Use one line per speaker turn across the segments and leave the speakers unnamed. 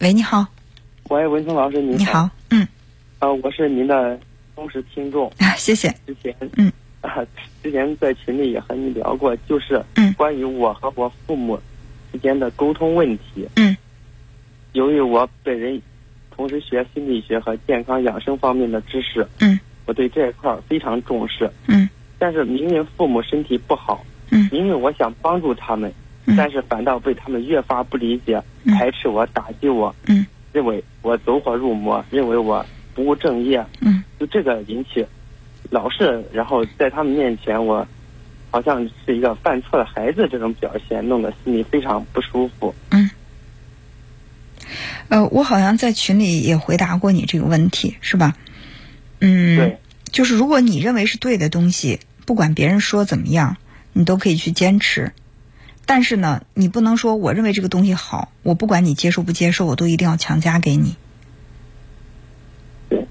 喂，你好，
喂，文聪老师，您
你好，嗯，
呃，我是您的忠实听众，
啊，谢谢，
之前
嗯
啊，之前在群里也和你聊过，就是
嗯
关于我和我父母之间的沟通问题。
嗯，
由于我本人同时学心理学和健康养生方面的知识，
嗯，
我对这一块儿非常重视。
嗯
但是明明父母身体不好，
嗯
明明我想帮助他们，
嗯
但是反倒被他们越发不理解、
嗯
排斥我、打击我，
嗯
认为我走火入魔，认为我不务正业，
嗯
就这个引起，老是然后在他们面前我，好像是一个犯错的孩子这种表现，弄得心里非常不舒服。
嗯，呃，我好像在群里也回答过你这个问题，是吧？嗯，
对，
就是如果你认为是对的东西，不管别人说怎么样，你都可以去坚持。但是呢，你不能说我认为这个东西好，我不管你接受不接受，我都一定要强加给你。
对，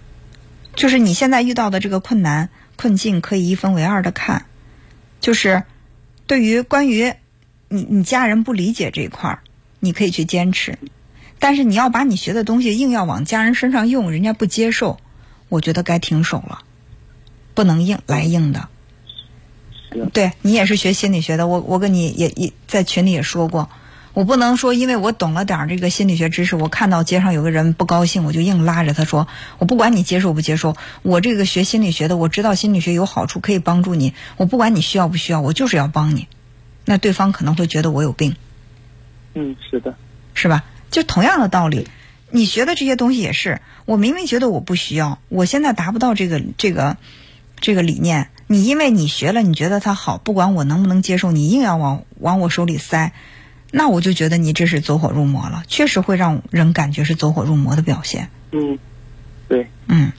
就是你现在遇到的这个困难困境，可以一分为二的看，就是对于关于你你家人不理解这一块儿，你可以去坚持，但是你要把你学的东西硬要往家人身上用，人家不接受，我觉得该停手了，不能硬来硬的。
是，
对你也是学心理学的，我我跟你也也在群里也说过，我不能说因为我懂了点儿这个心理学知识，我看到街上有个人不高兴，我就硬拉着他说，我不管你接受不接受，我这个学心理学的，我知道心理学有好处，可以帮助你，我不管你需要不需要，我就是要帮你。那对方可能会觉得我有病，
嗯，是的，
是吧？就同样的道理，你学的这些东西也是，我明明觉得我不需要，我现在达不到这个这个这个理念，你因为你学了，你觉得它好，不管我能不能接受，你硬要往往我手里塞，那我就觉得你这是走火入魔了，确实会让人感觉是走火入魔的表现。
嗯，对，
嗯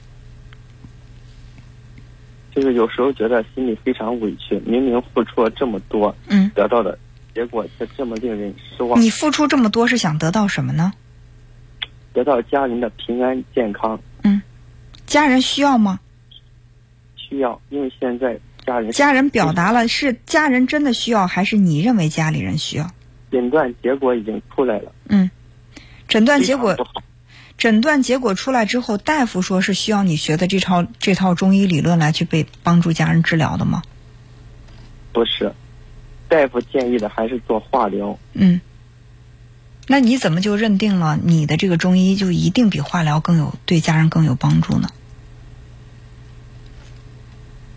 就是有时候觉得心里非常委屈，明明付出了这么多，
嗯，
得到的结果却这么令人失望，
你付出这么多是想得到什么呢？
得到家人的平安健康
家人需要吗？
需要，因为现在家人
家人表达了是家人真的需要，还是你认为家里人需要？
诊断结果已经出来了，
诊断
非
结
常
果
不好。
诊断结果出来之后，大夫说是需要你学的这套这套中医理论来去被帮助家人治疗的吗？
不是，大夫建议的还是做化疗。
嗯，那你怎么就认定了你的这个中医就一定比化疗更有对家人更有帮助呢？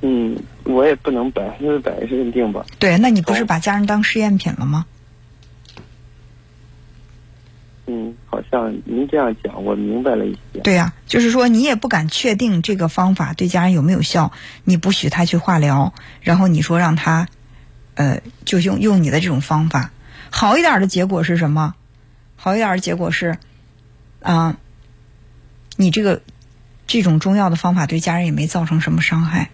嗯，我也不能百分之百认定吧。
对，那你不是
哦
把家人当试验品了吗？
嗯，好像您这样讲，我明白了一些。
对呀、就是说你也不敢确定这个方法对家人有没有效，你不许他去化疗，然后你说让他，呃，就用用你的这种方法，好一点的结果是什么？好一点的结果是，啊、你这个这种中药的方法对家人也没造成什么伤害，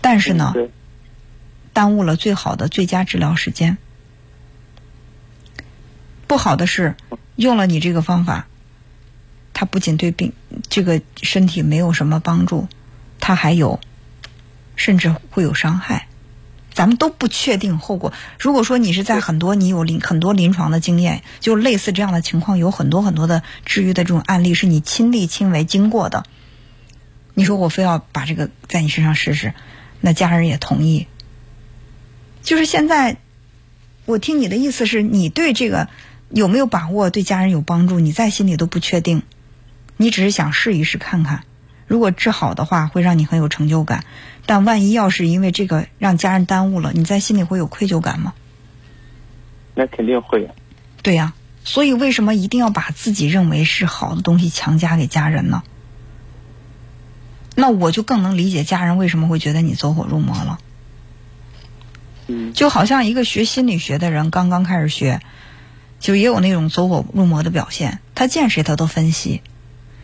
但是呢，
嗯对，
耽误了最好的最佳治疗时间。不好的是，用了你这个方法，它不仅对病这个身体没有什么帮助，它还有甚至会有伤害。咱们都不确定后果。如果说你是在很多你有临很多临床的经验，就类似这样的情况，有很多很多的治愈的这种案例是你亲力亲为经过的。你说我非要把这个在你身上试试，那家人也同意，就是现在，我听你的意思是你对这个有没有把握，对家人有帮助，你在心里都不确定，你只是想试一试看看。如果治好的话，会让你很有成就感，但万一要是因为这个让家人耽误了，你在心里会有愧疚感吗？
那肯定会。啊
对呀、所以为什么一定要把自己认为是好的东西强加给家人呢？那我就更能理解家人为什么会觉得你走火入魔了。
嗯，
就好像一个学心理学的人刚刚开始学，就也有那种走火入魔的表现。他见谁他都分析，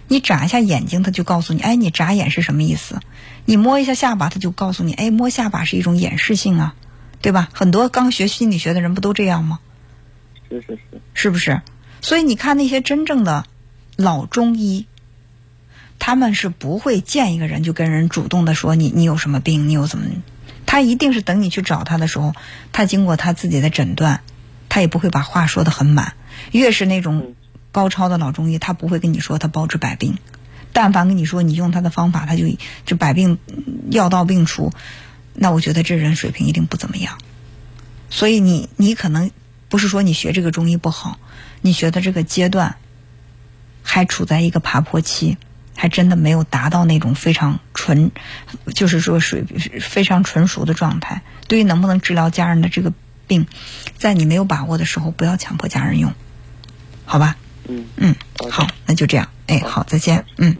你眨一下眼睛，他就告诉你，哎，你眨眼是什么意思？你摸一下下巴，他就告诉你，哎，摸下巴是一种掩饰性啊，对吧？很多刚学心理学的人不都这样吗？
是是是，
是不是？所以你看那些真正的老中医，他们是不会见一个人就跟人主动的说你你有什么病，你有怎么，他一定是等你去找他的时候，他经过他自己的诊断，他也不会把话说得很满。越是那种高超的老中医，他不会跟你说他包治百病，但凡跟你说你用他的方法，他就这百病嗯药到病除，那我觉得这人水平一定不怎么样。所以你你可能不是说你学这个中医不好，你学的这个阶段还处在一个爬坡期，还真的没有达到那种非常纯，就是说水非常纯熟的状态。对于能不能治疗家人的这个病，在你没有把握的时候，不要强迫家人用，好吧？
嗯
嗯，
好的
好，那就这样。哎，好，再见。嗯。